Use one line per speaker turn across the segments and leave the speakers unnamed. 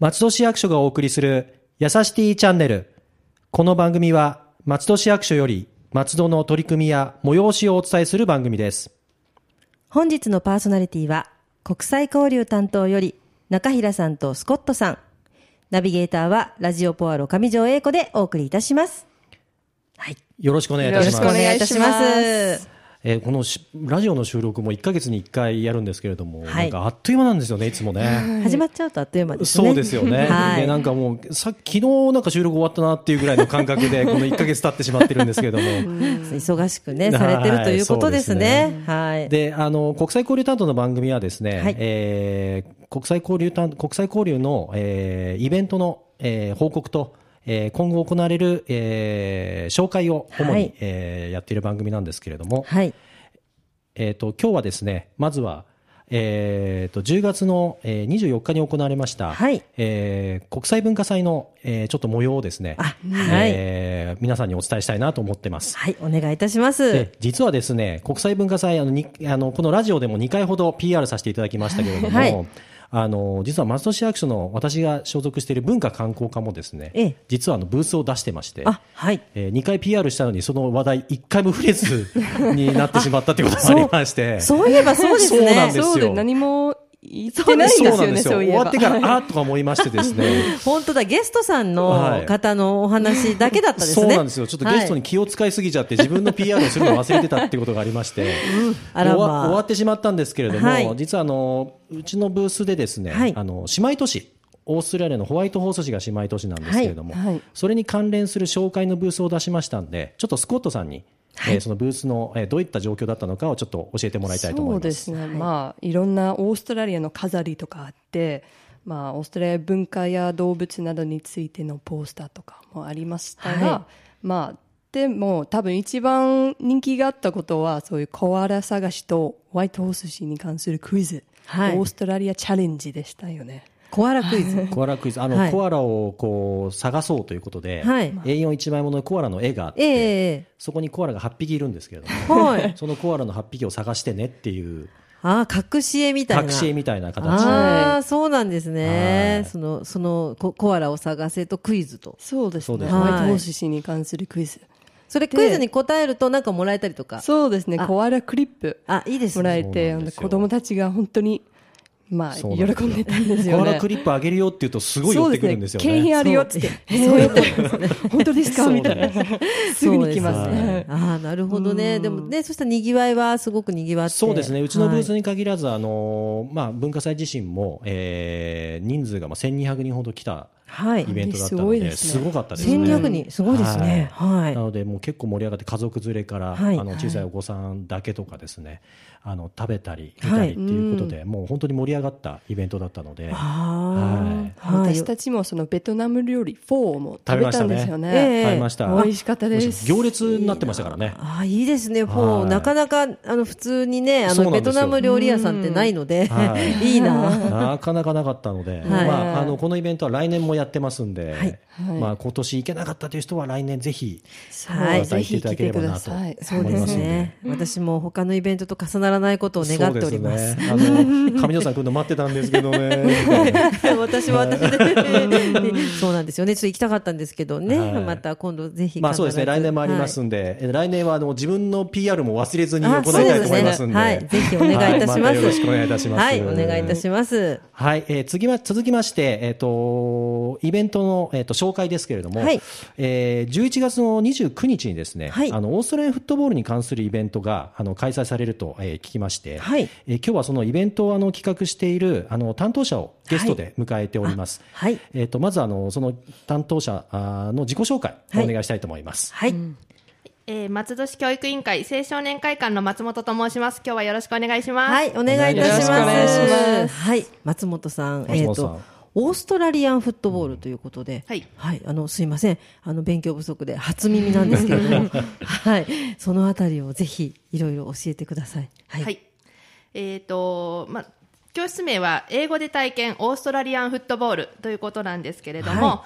松戸市役所がお送りするやさしティチャンネル。この番組は松戸市役所より松戸の取り組みや催しをお伝えする番組です。
本日のパーソナリティは国際交流担当より中平さんとスコットさんナビゲーターはラジオポアロ上条英子でお送りいたしますはい
よろしくお願いいたし
よ
ま
ろ
す
しく。お願いいたします
えーこのしラジオの収録も1ヶ月に1回やるんですけれども、
はい
なんかあっという間なんですよね、いつも ね。
始まっちゃうとあっという間ですね
そうですよね。
は
で
い
なんかもう、さ昨日なんか収録終わったなっていうぐらいの感覚で、この1ヶ月経ってしまってるんですけれど も。
忙しく
は
ね
い
されてるということですねはい
で、あの、国際交流担当の番組はですね、
はい
えー国際交流担、国際交流の、えーイベントの、えー報告と、えー今後行われる、えー紹介を主に、
はい
えーやっている番組なんですけれども、
はい
えっ、と、今日はですね、まずは、えっ、と、10月の、えー、24日に行われました、
はい
えー国際文化祭の、えーちょっと模様をですね、
あはい
えー皆さんにお伝えしたいなと思ってます。
はいお願いいたします
で実はですね、国際文化祭、あのにあのこのラジオでも2回ほど PR させていただきましたけれど も、
はい
あの実は松戸市役所の私が所属している文化観光課もですね、
ええ
実はあのブースを出してまして、
あはい
え2回 PR したのに、その話題、1回も触れずになってしまったということもありま して、
そういえばそうです
そうなんで
ね
すよ
そうで何も言ってないんですよね、そう
終
いえば。
わってから、あーっとか思いましてです ね、
本当だゲストさん
は
の
い
方のお話だけだったですね
そうなんですよ、ちょっとゲスト
は
に
い
気を使いすぎちゃって、自分の PR をするのを忘れてたってことがありま して、
あらまあ
終わ終わってしまったんですけれども、
はい
実はあのうちのブースでですね、
はい
あの姉妹都市、オーストラリアのホワイト放送市が姉妹都市なんですけれども、
はいはい
それに関連する紹介のブースを出しましたんで、ちょっとスコットさんに、えーそのブースの、えーどういった状況だったのかをちょっと教えてもらいたいと思い
そ
ま
う
す。
ですね、まあいろんなオーストラリアの飾りとかあって、まあ、オーストラリア文化や動物などについてのポスターとかもありましたが、
は
まあでも多分一番人気があったことはそういうコアラ探しとホワイトホース市に関するクイズ、
はい
オーストラリアチャレンジでしたよね。
コアラク イズ
コアラクイズ、あの、
はい
コアラをこう探そうということで、
はい
A41 枚ものコアラの絵があって、
ええ
そこにコアラが8匹いるんですけれども、
はい
そのコアラの8匹を探してねっていう、
ああ、隠し絵みたいな。
タクシーみたいな形で。
あ
は
あ、そうなんですね
は。い
その、そのコ、コアラを探せとクイズと。
そうです
そうで
ね。
す
ホ
ね
ワイトホース市に関するクイズ。
それクイズに答えるとなんかもらえたりとか。
そうですね。
あ
コアラクリップ
あ、いいです
もら
ね。
えて、
そうなんですよ
子供たちが本当にまあ
そうなんですよ
喜んでたんですよね。
コアラクリップあげるよって言うとすごい寄ってくるんですよ
そう景
ね。
品あるよっつって。へー本当ですかみたい
そ
な。すぐに来ます
そうですね
ね。
ああ、なるほどね。でもね、そしたら賑わいはすごく賑わって。
そうですね。うちのブース
はい
に限らず、あのー、まあ、文化祭自身も、えー、人数がまあ1200人ほど来た
はい。
イベントだった
す
の
ごい
で、
ですね
すごかったですね。
1200人、すごいですね。はい
な。ので、もう結構盛り上がって、家族連れから、
はい
あの小さいお子さんだけとかですね、あの食べたり、見た
は
り
い
っていうことで、もう本当に盛り上がったイベントだったので、
ああ、はい。
私たちもそのベトナム料理フォーも食べたんですよ
食べましたねええ
ね。
食べました。
美味しかったです。
行列になってましたからね。
ああ、いいですね。も
は
う、
い
なかなか、あの、普通にね、あ
そうな
の、
んで
ベ
すよ
トナム料理屋さんってないので、
はい
いいな。
なかなかなかったので、まあ、あのこのイベントは来年もやってますんで、
い
はい
まあ、今年行けなかったという人は来年ぜひ、
はい
また行っていただければなと
ぜひ来てください
そう
思い
で
ますすので。
ね。私も他のイベントと重ならないことを願っております。
そうですね。あの、上条さん来るの待ってたんですけどね。み たいな
私も私 で、そうなんですよね。ちょっ と行きたかったんですけどね。
はい
また今度ぜひ必ず。
まあそうですね、来年もありますんで、え来年はあの自分の PR も忘れずに行いたいと思いますんで。
あそうですねはいぜひお願いいたします
はよろしくお願いいたします。
はい、お願いいたします。
はい、えー次は続きまして、えっ、と、イベントの、えっと紹介ですけれども、
はい
えー11月の29日にですね、
はい
あの、オーストラリアンフットボールに関するイベントがあの開催されると、えー聞きまして、
はい
えー今日はそのイベントをあの企画しているあの担当者をゲストで迎えております。
はいあはい
えっ、と、まずあの、その担当者あーの自己紹介をお願いしたいと思います。
はい。
えー、松戸市教育委員会青少年会館の松本と申します。今日はよろしくお願いします。
はい、お願いいたします。
よろしくお願いします
はい、松本さん、
松本さん
えっ、と。オーストラリアンフットボールということで、
はい
あの、すいません。あの、勉強不足で初耳なんですけれ ども、はい。そのあたりをぜひ、いろいろ教えてください。はい。
はい。えっ、と、まあ、教室名は英語で体験オーストラリアンフットボールということなんですけれども、
は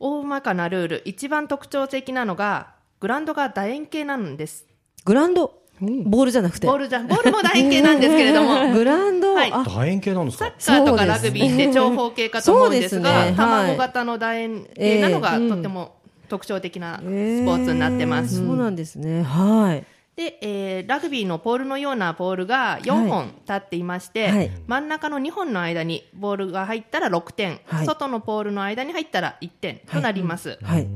大まかなルール、一番特徴的なのが、グラウンドが楕円形なんです。
グラウンド。ボールじゃなくて
ボールじゃボールも楕円形なんですけれ ども
グラウンド、
はい
あ
楕円形なんです
サッ
か
カー
そ
と
うですね
かラグビーって長方形かと思うんですが
そうですねはい
卵型の楕円形なのがとっても特徴的なスポーツになってます。
そうなんですねはい
で、えーラグビーのポールのようなポールが4本立っていまして、
はい
真ん中の2本の間にボールが入ったら6点、
はい
外のポールの間に入ったら1点となります、
はい、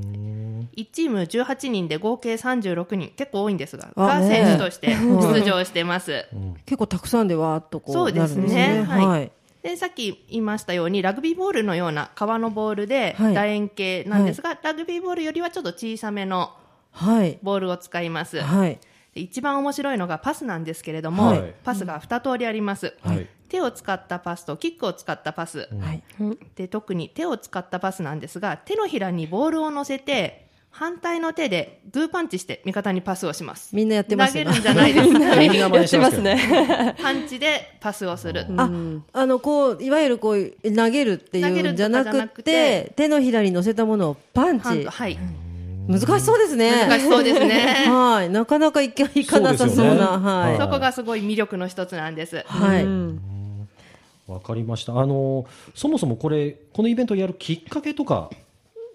1チーム18人で合計36人結構多いんですが
あ
が
ね
選手として出場してます
結構たくさんでわーっとこう
そうですね
なるんですね
はい
はい
でさっき言いましたようにラグビーボールのような革のボールで
はい
楕円形なんですが、ラグビーボールよりはちょっと小さめの
はい
ボールを使います、
はい
で一番面白いのがパスなんですけれども、
はい
パスが2通りあります、
はい
手を使ったパスとキックを使ったパス、
はい
で特に手を使ったパスなんですが手のひらにボールを乗せて反対の手でグーパンチして味方にパスをします
みんなやって
投
ます
げ
よ
るんじゃな いです
みんな真
や
似
っ
して
て
ま
ます
け
す
ど
ね。
パンチでパスをする
ああのこういわゆるこう投げるってい
投げ
うん
る
じゃ
と
な
かじゃ
く
な
て
くて
手のひらに乗せたものをパン
ハン
チ
ドはい
難しそうですね
難しそうですね
はいなかなかいかいかなさそう
そう
な
ですよね
はい
そこがすごい魅力の一つなんです
はい、
うん
わかりました。あのそもそもこれこのイベントをやるきっかけとか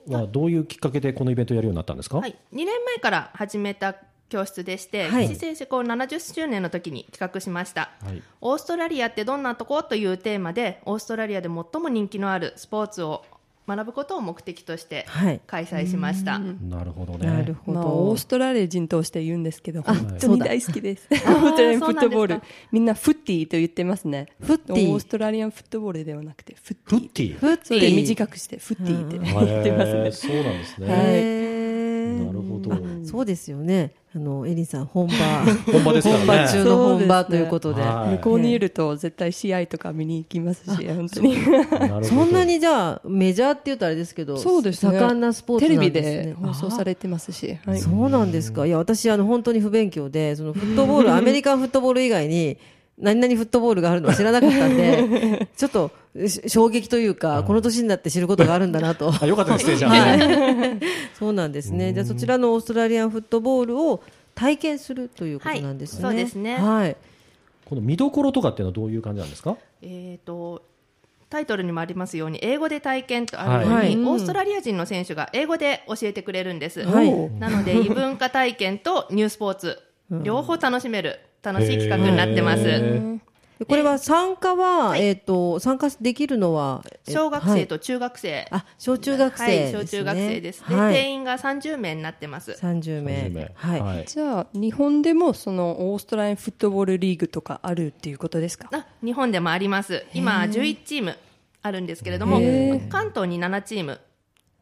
はどういうきっかけでこのイベントをやるようになったんですか。
はい、2年前から始めた教室でして、
はい
岸選手校70周年の時に企画しました、
はい
オーストラリアってどんなとこというテーマでオーストラリアで最も人気のあるスポーツを学ぶことを目的として
はい
開催しました、
なるほどね。
なるほど、
まあ、オーストラリア人として言うんですけど、本当
そう
に
だ
大好きです。
あー
オーストラリアンフットボー
そうなん
ル
で。
みんなフッティと言ってますね。
フッティ
オーストラリアンフットボールではなくて、フッ
フ
ティ。
ッティ。
フッ
それで
く
短くして、フッティ って言ってます
へー
ね。
そうなんですね。
はい
なるほど。
そうですよねあのエリンさん本場
本場ですからね
本場中の本場
そうですね
ということで
はい
向こうにいると絶対試合とか見に行きますし、本当に。
なるほど
そんなにじゃあメジャーって言うとあれですけど盛んなスポーツ
テレ
なん
ビ
ですね
で放送されてますし。はい
そうなんですか。いや、私、あの、本当に不勉強で、その、フットボ ール、アメリカンフットボール以外に、何々フットボールがあるのは知らなかったん で、ちょっと、し衝撃というか、この年になって知ることがあるんだな と。
あよかったですねじゃあ。
はい。 そうなんですね。じゃあ、そちらのオーストラリアンフットボールを体験するということなんですね。
はいそうですね
はい。
この見どころとかっていうのはどういう感じなんですか。
えー、とタイトルにもありますように英語で体験とあるように、
はい
オーストラリア人の選手が英語で教えてくれるんです、
はい
なので異文化体験とニュースポーツ両方楽しめる楽しい企画になってま
へ
す
ー
でこれは参加は、えっと、参加できるのは、え
小学
は
生
い
と中学生、
あ、小中学生
はい、
ですね。
小中学生です、ね
はい
定員が30名になってます
30
初
名
め。
はい。
い。
じゃあ、日本でもそのオーストラリアンフットボールリーグとかあるっていうことですか
あ日本でもあります今11チームあるんですけれども
へ
関東に7チーム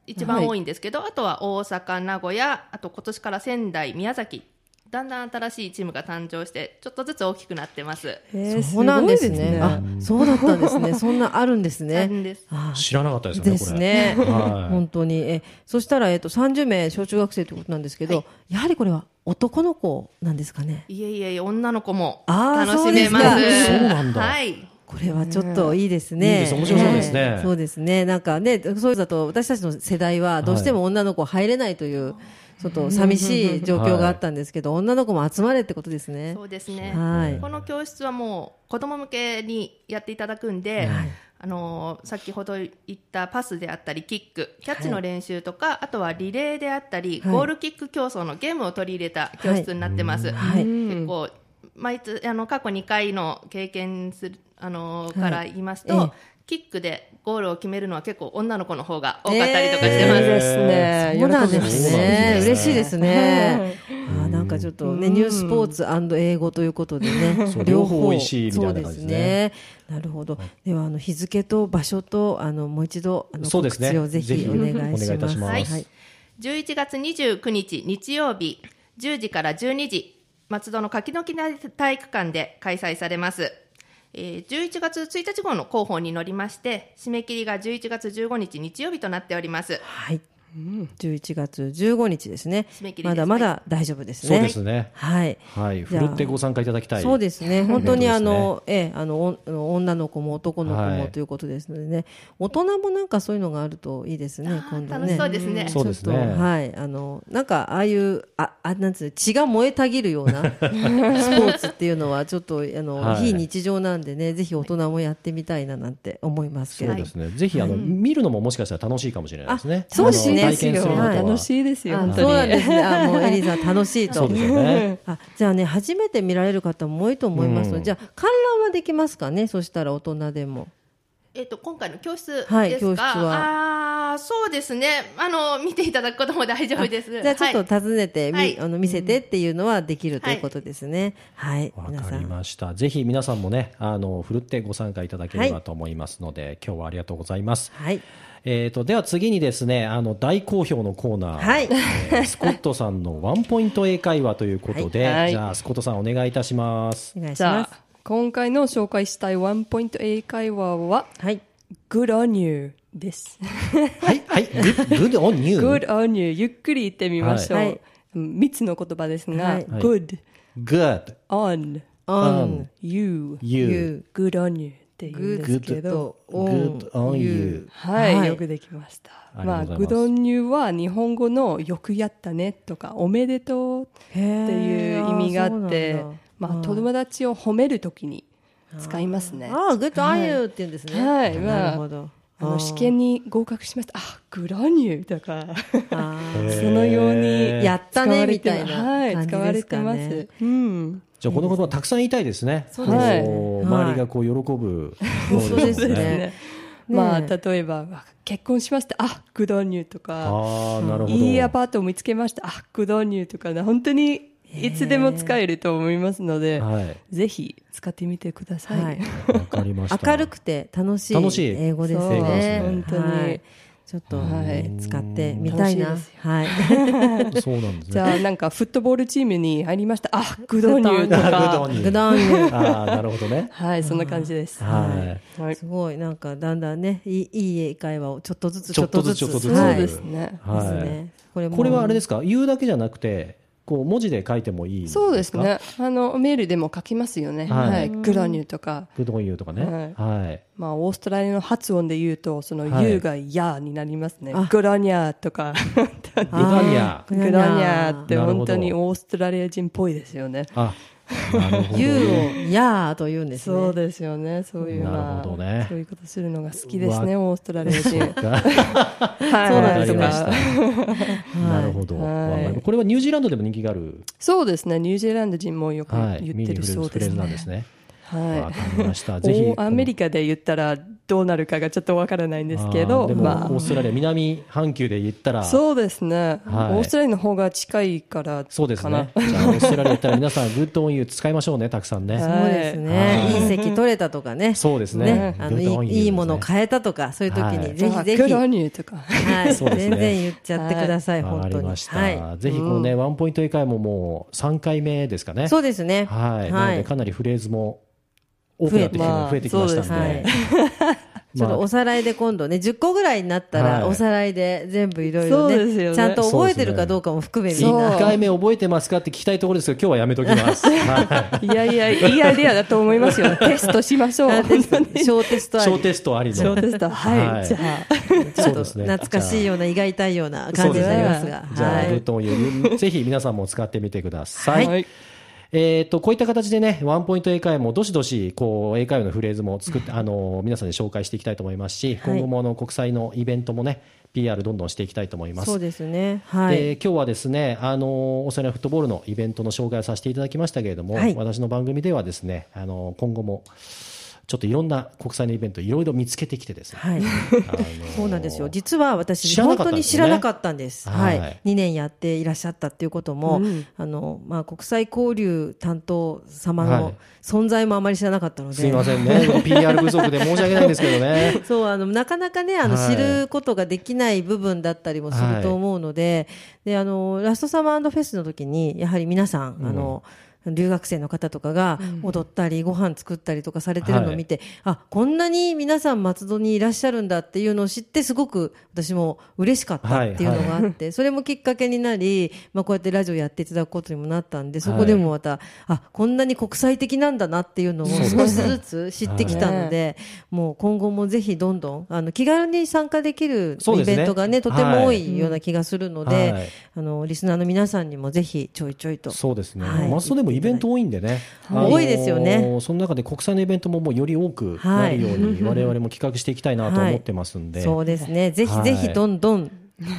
一番多いんですけど、あとは大阪名古屋あと今年から仙台宮崎だんだん新しいチームが誕生してちょっとずつ大きくなってます、
そうなんですね。あ、そうだったんです ね。そんなあるんです
あ
ね
る。んです
あ、
知らなかったですよね。
で
こ
す
れ。
ね。
はい
本当に。え、そしたら、えっと、30名小中学生ということなんですけど、やはりこれは男の子なんですかね。
いえいえ女の子も
あー
楽しめます
そうです
かそうなんだ
はい
これはちょっといいです
いい
ね。
です面白そうですね
はいそうですね。なんかね、そうだと私たちの世代はどうしても女の子入れないという、ちょっと寂しい状況があったんですけど、女の子も集まれってことですね。
そうですね、
はい。
この教室はもう子ども向けにやっていただくんで、あのー先ほど言ったパスであったりキックキャッチの練習とか、あとはリレーであったり、
はい
ゴールキック競争のゲームを取り入れた教室になってます。
はい
結構毎つあの過去2回の経験するあのー
はい
から言いますと、
ええ
キックでゴールを決めるのは結構女の子の方が多かったりとかしてます。
えー
ね
そうなんですね。
喜ぶんで
嬉
す
し
ね
いですね。あーなんかちょっとね、ニュースポーツ英語ということでね
そ、う
両方
両方美味しいみたいな感じですね
そうですね。なるほど。ではあの日付と場所とあのもう一度あの
そうですね
告知をぜひお願いし
ぜひお願いい
ま
たし
す。
ます
はい。
11月29日日曜日10時から12時松戸の柿の木体育館で開催されます、えー、11月1日号の広報に乗りまして締め切りが11月15日日曜日となっております
はい。 11月15日ですね
締め切りですね
まだまだ大丈夫ですね。
そうですね。
はい。
はい。
じ
ふ
ゃあ
るってご参加いただきたい。
そうですね。本当に
イベントですね
あの、ええ、あの、おあの女の子も男の子
は
も
い
ということですのでね、大人もなんかそういうのがあるといいですね、今度
楽
ね。
しそうですね
そうですね
ちょっとはい。あの、なんか、ああいう、あ、あ、なんつうの、血が燃えたぎるよう なスポーツっていうのは、ちょっと、あの、
はい
非日常なんでね、ぜひ大人もやってみたいななんて思いますけ
そう
ど。
ですね。ぜひ、あの、見るのももしかしたら楽しいかもしれないですね。
あそうです
あの
ね
体験するの
はい
とは。
楽しいですよ、
あ
本
そう
当
なん
に。
ですね。あ、 もうエリーさん楽しいと。
そうですよね。
あじゃあね初めて見られる方も多いと思いますので、
うん
じゃあ観覧はできますかねそしたら大人でも
えっと、今回の教室ですか、
はい教室は
ああー、そうですね。あの、見ていただくことも大丈夫です。
じゃあちょっ
はい
と訪ねて、み
はい
あの見せてっていうのはできるということですねはい、
わ
皆
か
さ
り
ん
ました。ぜひ皆さんもね、あの、ふるってご参加いただければと思いますので、今日はありがとうございます。
はい
えー、とでは次にですねあの大好評のコーナー、
はい
えースコットさんのワンポイント英会話ということで、
はいはい
じゃあスコットさんお願いいたし ます。
お願いし
じゃ
ます
あ、今回の紹介したいワンポイント英会話は、
はい
Good on you です。
はいはい、good, good on you.
Good on you ゆっくり言ってみましょう。
はいはい
3つの言葉ですが、
はい
Good
good
on
on
you,
you.
you
Good on you って言うんですけ
good
ど、
と on
good on you.
はい、
はい
よくできました。
あり
ま
が
あ、
とうござ
グ
います
ドンニュは日本語のよくやったねとか、おめでとう
って
っていう意味があって、まあ、友達を褒めるときに使いますね。
ああ good on you って言うんですね
はい
なるほど
あの試験に合格しました。あ、グラニューとか、
あ
へ
ー
ー
そのように
やったねみ
使
た
われ
い
て
な
はい、使わ
感じで
れ
す
て
か
ま
ね
す。うん。
じゃあこの言葉たくさん言いたいですね。
そう
ですね
こう
はい
周りがこう喜ぶ
本当です
よ
ね。
まあ、
ねえ
例えば、あ結婚しました。あ、グドニューとか、
ああなるほど。
いいアパートを見つけました。あ、グドニューとか、本当にいつでも使えると思いますので、
はい
ぜひ使ってみてください。
はい
わかりました。
明るくて楽しい
楽しい
英語です
そう英語です
ね
ね。本当に
はいちょっと、
はい
使ってみたいな。
楽しいです
は い。
そうなんです
じ
ね。
ゃあ、なんか、フットボールチームに入りました。あ、グドニューと
Good
か
on。you.
グダンユ
ああなるほどね。
はい、そんな感じです。
はい。
はい
すごいなんかだんだんねいいいい英会話をちょっとずつ
ちょっとずつちょっとずつ
はい
そ
うで
ですすね。
はい。
ね。これも
これはあれですか言うだけじゃなくてこう文字で書いてもいいんですか
そうですね。あの、メールでも書きますよね。
はい
はい。グラニューとか。
グッドコンユーとかねはい
まあ、オーストラリアの発音で言うと、その
はい
U がやになりますね
あ。
グラニャーとか。
グダニア
グラニャー
グラニャーって
なるほど
本当にオーストラリア人っぽいですよね。
あなるほど
ユーをやーと言うんですね。
そうですよね。そういう、
な
ま
るほどね
あ、そういうことするのが好きですね、
う
オーストラリア 人。はい。
そう
わ
な
か
ん
り
です
ました
はい
なるほど
はい
わかりましたこれはニュージーランドでも人気がある
そうですね。ニュージーランド人もよく
はい
言
ミ
っ
ー
て
ニング
る
フル
そう
フ
で
レ
す
ーズなんで
ね。
すねわ
は
かりました
い。
ぜひ
おアメリカで言ったらどうなるかがちょっとわからないんですけ
あー
ど、
でも
まあ
オー、ストラリア南半球で言ったら
そうですね、
はい
オーストラリアの方が近いからかな
そうですねじゃあオーストラリア行ったら皆さんグッドオンユー使いましょうねたくさんね
そうです
は
ね。
い
いい席取れたとかね。
そうですね
あ
グッドオ
の
ン
い
ユーです
い
ね
いいものを変えたとかそういう時
は
に
い
ぜひぜひ。
クロ
は
ニューとか
い。
そうですね
全然言っちゃってください
わ
本
か
当
り
に。
ました、
は
ぜひこのね、ワンポイント英会話ももう3回目ですかね
い。そうですね。
はい、なのでかなりフレーズも多くなってき,、
増え
増えてきましたんで、
まあそうです ち
ま
ょっとお
あ
さらいで今度ね、10個ぐらいになった
はい
ら、おさらいで全部いろいろ
そうですよ
ね、
ね
ちゃんと覚えてるかどうかも含めみん
そう
な。
1回目覚えてますかって聞きたいところですけど今日はやめときます、 はい
やいやいいアイデアだと思いますよテストしましょう
あテスト
本当に
小テスト
い、
あり
小。テストありの
小テストはい、
はい
じゃ
ちょっ
そう
と
ですね
懐かしいような、胃が痛いような感じになりますが。
じゃあ、
は
グッ
い。
ドオンユーぜひ皆さんも使ってみてくだ
あ
さい、えー、とこういった形でねワンポイント英会話もどしどしこう英会話のフレーズも作って、あの皆さんに紹介していきたいと思いますし、
はい
今後もあの国際のイベントもね PR どんどんしていきたいと思います
そうですね。はい。
で今日はですね、あのオーストラリアフットボールのイベントの紹介をさせていただきましたけれども、
はい
私の番組ではですね、あの今後もちょっといろんな国際のイベントいろいろ見つけてきてですね、
はい。
あの
そうなんですよ。実は
知
私、
らな
本
かったん
当
で
に
す
知
よね
らなかったんです。は
はい
い。2年やっていらっしゃったっていうことも、あの、まあ、国際交流担当様
は
の
い
存在もあまり知らなかったので。
すいませんね、PR 不足で申し訳ないんですけどね。
そうあのなかなかねあの、
はい
知ることができない部分だったりもすると思うので,、であのラストサマーフェスの時にやはり皆さん、あの留学生の方とかが踊ったり、ご飯作ったりとかされてるのを見て、あこんなに皆さん松戸にいらっしゃるんだっていうのを知ってすごく私も嬉しかったっていうのがあって、それもきっかけになり、まあ、こうやってラジオやっていただくことにもなったんでそこでもまた、あこんなに国際的なんだなっていうのを少しずつ知ってきたので、もう今後もぜひどんどんあの気軽に参加できる
そう
イ
ですね
ベントがねとて
はい
も多いような気がする ので、
はい
あのリスナーの皆さんにもぜひちょいちょいと
そうですね、
はい
マストでもイベント多いんでね、
はい多いですよね
その中で国際のイベントももうより多くなるように、我々も企画していきたいなと思ってますんで、
そうですねぜひぜ
は
ひ
い
どんどん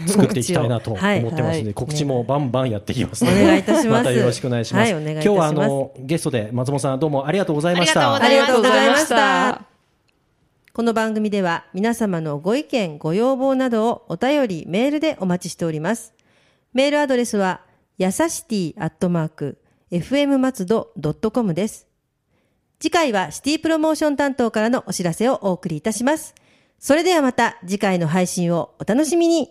作っていきたいなと
告
思
知をはい
ってますので、告知もバンバンやっていきますので、
お願いいたします
たよろしくお願いします。
はいお願いいたしま
今
す
日はあのゲストで松本さんどうもありがとうございまし
ありがとう
た。
ありがとう
ございました
ございまし
ありがとうございま
た。この番組では皆様のご意見、ご要望などをお便り、メールでお待ちしております。メールアドレスは、やさしティアットマーク、fm 松戸 .com です。次回はシティプロモーション担当からのお知らせをお送りいたします。それではまた次回の配信をお楽しみに。